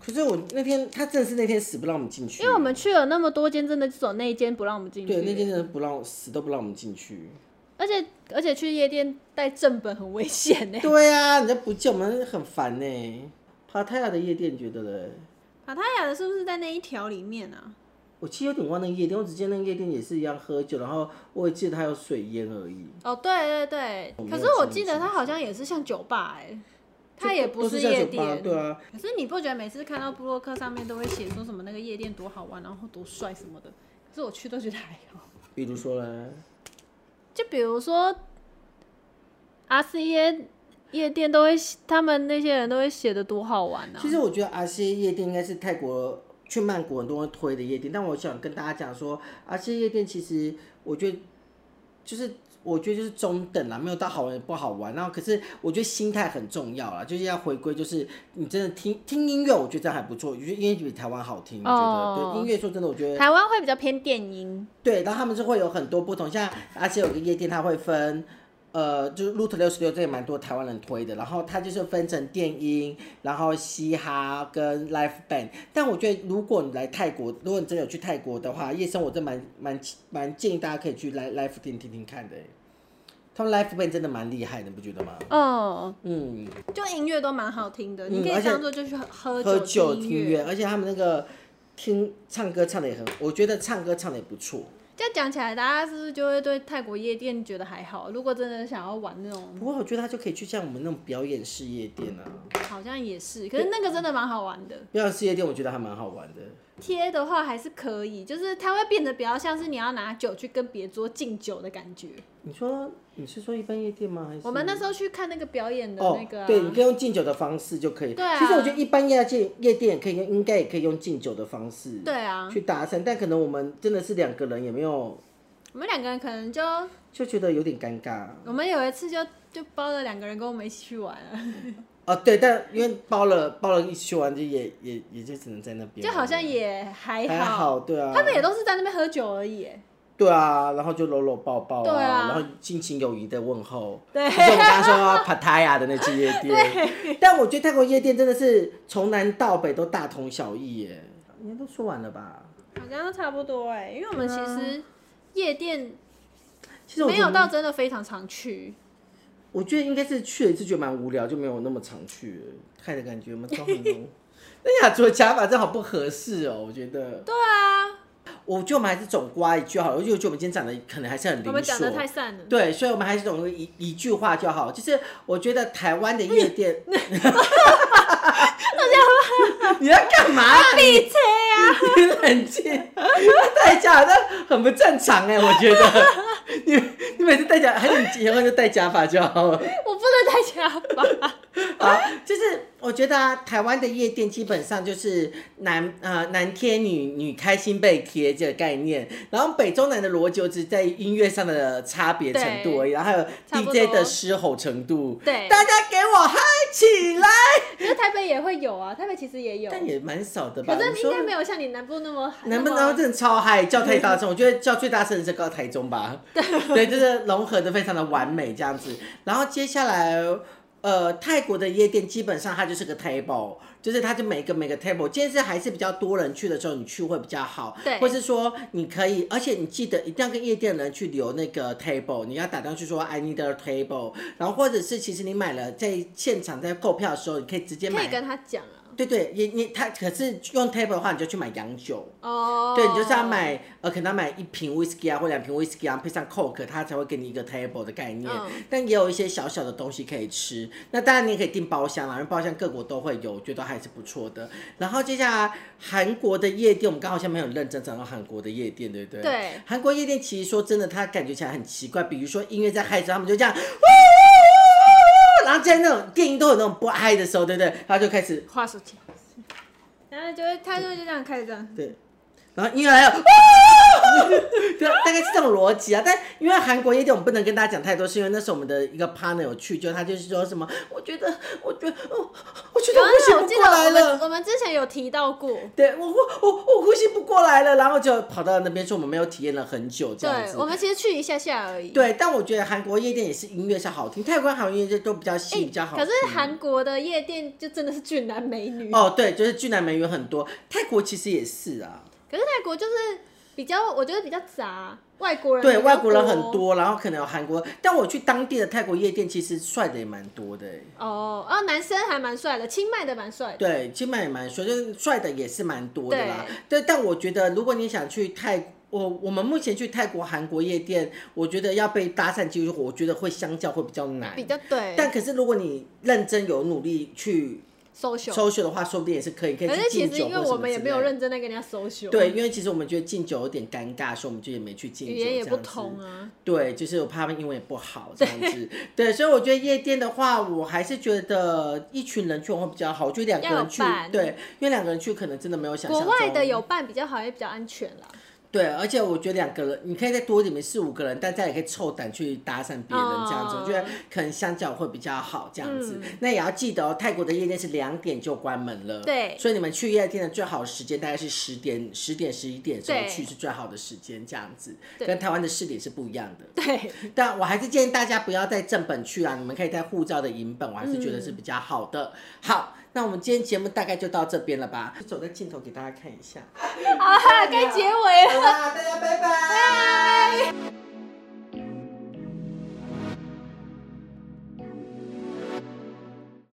S1: 可是我那天他真的是那天死不让我们进去，
S2: 因为我们去了那么多间，真的只有那一间不让我们进去，
S1: 对那天真的不让死都不让我们进去。
S2: 而且而且去夜店带正本很危险欸 呢。
S1: 对啊，你这不见我们很烦呢、帕泰亚的夜店，你觉得嘞？
S2: 塔塔啊雅的是不是在那一条里面啊？
S1: 我其实有点忘那个夜店，我只记得那个夜店也是一样喝酒，然后我也记得它有水烟而已。
S2: 哦，对对
S1: 我
S2: 对，
S1: 没有
S2: 可是我记得它好像也是像酒吧哎、它也
S1: 都
S2: 不
S1: 是
S2: 夜
S1: 像酒吧
S2: 店。
S1: 对啊。
S2: 可是你不觉得每次看到布洛克上面都会写说什么那个夜店多好玩，然后多帅什么的？可是我去都觉得还好。
S1: 比如说嘞，
S2: 就比如说阿斯耶夜店都会，他们那些人都会写的多好玩啊
S1: 其。实我觉得阿西夜店应该是泰国去曼谷很多人推的夜店，但我想跟大家讲说，阿西夜店其实我觉得就是我觉得就是中等啦，没有到好玩也不好玩。然后可是我觉得心态很重要啦，就是要回归，就是你真的听听音乐，我觉得这样还不错，我觉得音乐比台湾好听。我觉得、
S2: 哦
S1: 对音乐说真的，我觉得
S2: 台湾会比较偏电音，
S1: 对，然后他们是会有很多不同，像而且有个夜店，它会分，呃，就是 Route 六十六，这也蛮多台湾人推的。然后它就是分成电音，然后嘻哈跟 l i f e band。但我觉得如果你来泰国，如果你真的有去泰国的话，夜生活真蛮蛮蛮建议大家可以去 live live 店听听看的欸。他们 l i f e band 真的蛮厉害的，你不觉得吗？
S2: 哦，
S1: 嗯，
S2: 就音乐都蛮好听的，
S1: 嗯
S2: 你可
S1: 而
S2: 以
S1: 且
S2: 当做就是
S1: 喝
S2: 喝
S1: 酒
S2: 酒
S1: 听
S2: 听
S1: 音
S2: 音乐。
S1: 乐，而且他们那个听唱歌唱的也很，我觉得唱歌唱的也不错。
S2: 这样讲起来，大家是不是就会对泰国夜店觉得还好？如果真的想要玩那种，
S1: 不过我觉得他就可以去像我们那种表演式夜店啊。
S2: 好像也是，可是那个真的蛮好玩的。
S1: 表演事业店我觉得还蛮好玩的，
S2: 贴的话还是可以，就是它会变得比较像是你要拿酒去跟别桌敬酒的感觉。
S1: 你说你是说一般夜店吗？还是
S2: 我们那时候去看那个表演的
S1: 哦
S2: 那个、啊
S1: 对，你可以用敬酒的方式就可以。
S2: 对啊
S1: 其实我觉得一般夜店夜店也可以用，应该也可以用敬酒的方式
S2: 对啊，
S1: 去搭讪，但可能我们真的是两个人也没有，
S2: 我们两个人可能就，
S1: 就觉得有点尴尬。
S2: 我们有一次就就包了两个人跟我们一起去玩了，
S1: 哦，对，但因为包了包了一起玩就也也也就只能在那边，
S2: 就好像也还
S1: 还好，对啊，
S2: 他们也都是在那边喝酒而已。
S1: 对啊，然后就搂搂抱抱
S2: 对啊
S1: 然后亲情友谊的问候，
S2: 对
S1: 就是我们刚刚说到 Pattaya 的那间 夜店。但我觉得泰国夜店真的是从南到北都大同小异耶。应该都说完了吧？
S2: 好像都差不多哎、因为我们其实夜店
S1: 其实我
S2: 没
S1: 觉得
S2: 有到真的非常常去。
S1: 我觉得应该是去了一次觉得蛮无聊，就没有那么常去了。看的感觉嘛，都很 浓。那雅卓假发真好不合适哦，我觉得。对啊。我觉得我们还是总刮一句好了，因为我觉得我们今天讲的可能还是很零碎。
S2: 我们讲的太散了，
S1: 对，所以我们还是总一一句话就好，就是我觉得台湾的夜店， 你在干嘛、啊？
S2: 闭嘴啊！
S1: 你冷静， 代驾那很不正常哎、我觉得 你你每次戴假，还是你结婚就戴假发就好了。
S2: 我不能再加吧。
S1: 好，就是我觉得、啊、台湾的夜店基本上就是男呃男贴女女开心被贴这个概念，然后北中南的逻辑就只是在音乐上的差别程度而已，然后还有
S2: 差不多
S1: DJ 的嘶吼程度。
S2: 对
S1: 大家给我嗨起来！
S2: 因为台北也会有啊，台北其实也有，
S1: 但也蛮少的吧？
S2: 可
S1: 你
S2: 是应
S1: 说
S2: 该没有像你南哎部那么
S1: 南部
S2: 那么
S1: 南部真的超嗨，叫太 大声，我觉得叫最大声的是高台中吧， 对，就是融合的非常的完美这样子。然后接下来，呃，泰国的夜店基本上它就是个 table，就是它就每个每个 table，今天是还是比较多人去的时候，你去会比较好，
S2: 对
S1: 或是说你可以，而且你记得一定要跟夜店人去留那个 table，你要打电话去说 I need a table，然后或者是其实你买了在现场在购票的时候，你可以直接
S2: 可以
S1: 买。
S2: 跟他讲啊。
S1: 对对，你你他可是用 table 的话，你就去买洋酒，
S2: 哦，
S1: 对，你就是要买，呃，可能要买一瓶 whisky 啊，或两瓶 whisky 啊，配上 coke，它才会给你一个 table 的概念。
S2: 嗯
S1: 但也有一些小小的东西可以吃。那当然你也可以订包厢啦，因为包厢各国都会有，我觉得还是不错的。然后接下来韩国的夜店，我们刚好像没有很认真讲到韩国的夜店，对不对？
S2: 对。
S1: 韩国夜店其实说真的，它感觉起来很奇怪，比如说音乐在嗨的时候，他们就这样。然后在那种电影都有那种不嗨的时候，对不对？然后就开始
S2: 话手机，然后就会他就会这样开始这样，
S1: 对，然后音乐还有， 对，大概是这种逻辑啊。但因为韩国夜店我们不能跟大家讲太多，是因为那时候我们的一个 partner 有去，就他就是说什么，我觉得，我觉得，哦，我觉得我
S2: 然
S1: 呼吸
S2: 后我
S1: 不
S2: 记
S1: 过来
S2: 得我们
S1: 了。
S2: 我们之前有提到过，
S1: 对我呼我我呼吸不过来了，然后就跑到那边说我们没有体验了很久这样
S2: 对，
S1: 子
S2: 我。们其实去一下下而已。
S1: 对，但我觉得韩国夜店也是音乐是好听，泰国韩国音乐都比较细、比较好
S2: 可
S1: 听。
S2: 是韩国的夜店就真的是俊男美女，
S1: 哦，对，就是俊男美女很多，泰国其实也是啊。
S2: 可是泰国就是比较，我觉得比较杂，外国人
S1: 对，
S2: 比较
S1: 外国人很。多，然后可能有韩国，但我去当地的泰国夜店，其实帅的也蛮多的欸。
S2: 哦哦，男生还蛮帅的，清迈的蛮帅的。
S1: 对，清迈也蛮帅，就是帅的也是蛮多的啦。对，但我觉得如果你想去泰，我我们目前去泰国、韩国夜店，我觉得要被搭讪几率，我觉得会相较会比较难。
S2: 比较对，
S1: 但可是如果你认真有努力去
S2: social。
S1: 搜寻的话，说不定也是可以，可以
S2: 可
S1: 去
S2: 是其
S1: 敬
S2: 实
S1: 酒
S2: 因为
S1: 或什
S2: 我
S1: 么
S2: 们也
S1: 之
S2: 没有
S1: 类的
S2: 认真在跟人家 social，
S1: 对，，因为其实我们觉得敬酒有点尴尬，所以我们就也没去敬酒。
S2: 语言也
S1: 这
S2: 不
S1: 样子
S2: 同啊。
S1: 对，就是我怕他们英文也不好这样子。对，所以我觉得夜店的话，我还是觉得一群人去会比较好。我觉得两个人去
S2: 要有伴，
S1: 对，因为两个人去可能真的没有想象
S2: 国
S1: 中。
S2: 外的有伴比较好，也比较安全啦。
S1: 对，而且我觉得两个人，你可以再多一点，四五个人，大家也可以凑胆去搭讪别人这样子。我觉得
S2: 哦
S1: 可能相较会比较好这样子。
S2: 嗯
S1: 那也要记得哦，泰国的夜店是两点就关门了。
S2: 对
S1: 所以你们去夜店的最好的时间大概是十点、十点、十一点的时候
S2: 对
S1: 去是最好的时间，这样子
S2: 对
S1: 跟台湾的四点是不一样的。
S2: 对，
S1: 但我还是建议大家不要带正本去啊，你们可以带护照的银本，我还是觉得是比较好的。好，那我们今天节目大概就到这边了吧？走在镜头 给大家看一下。
S2: 啊，该结尾了。
S1: 好啦，大家拜拜。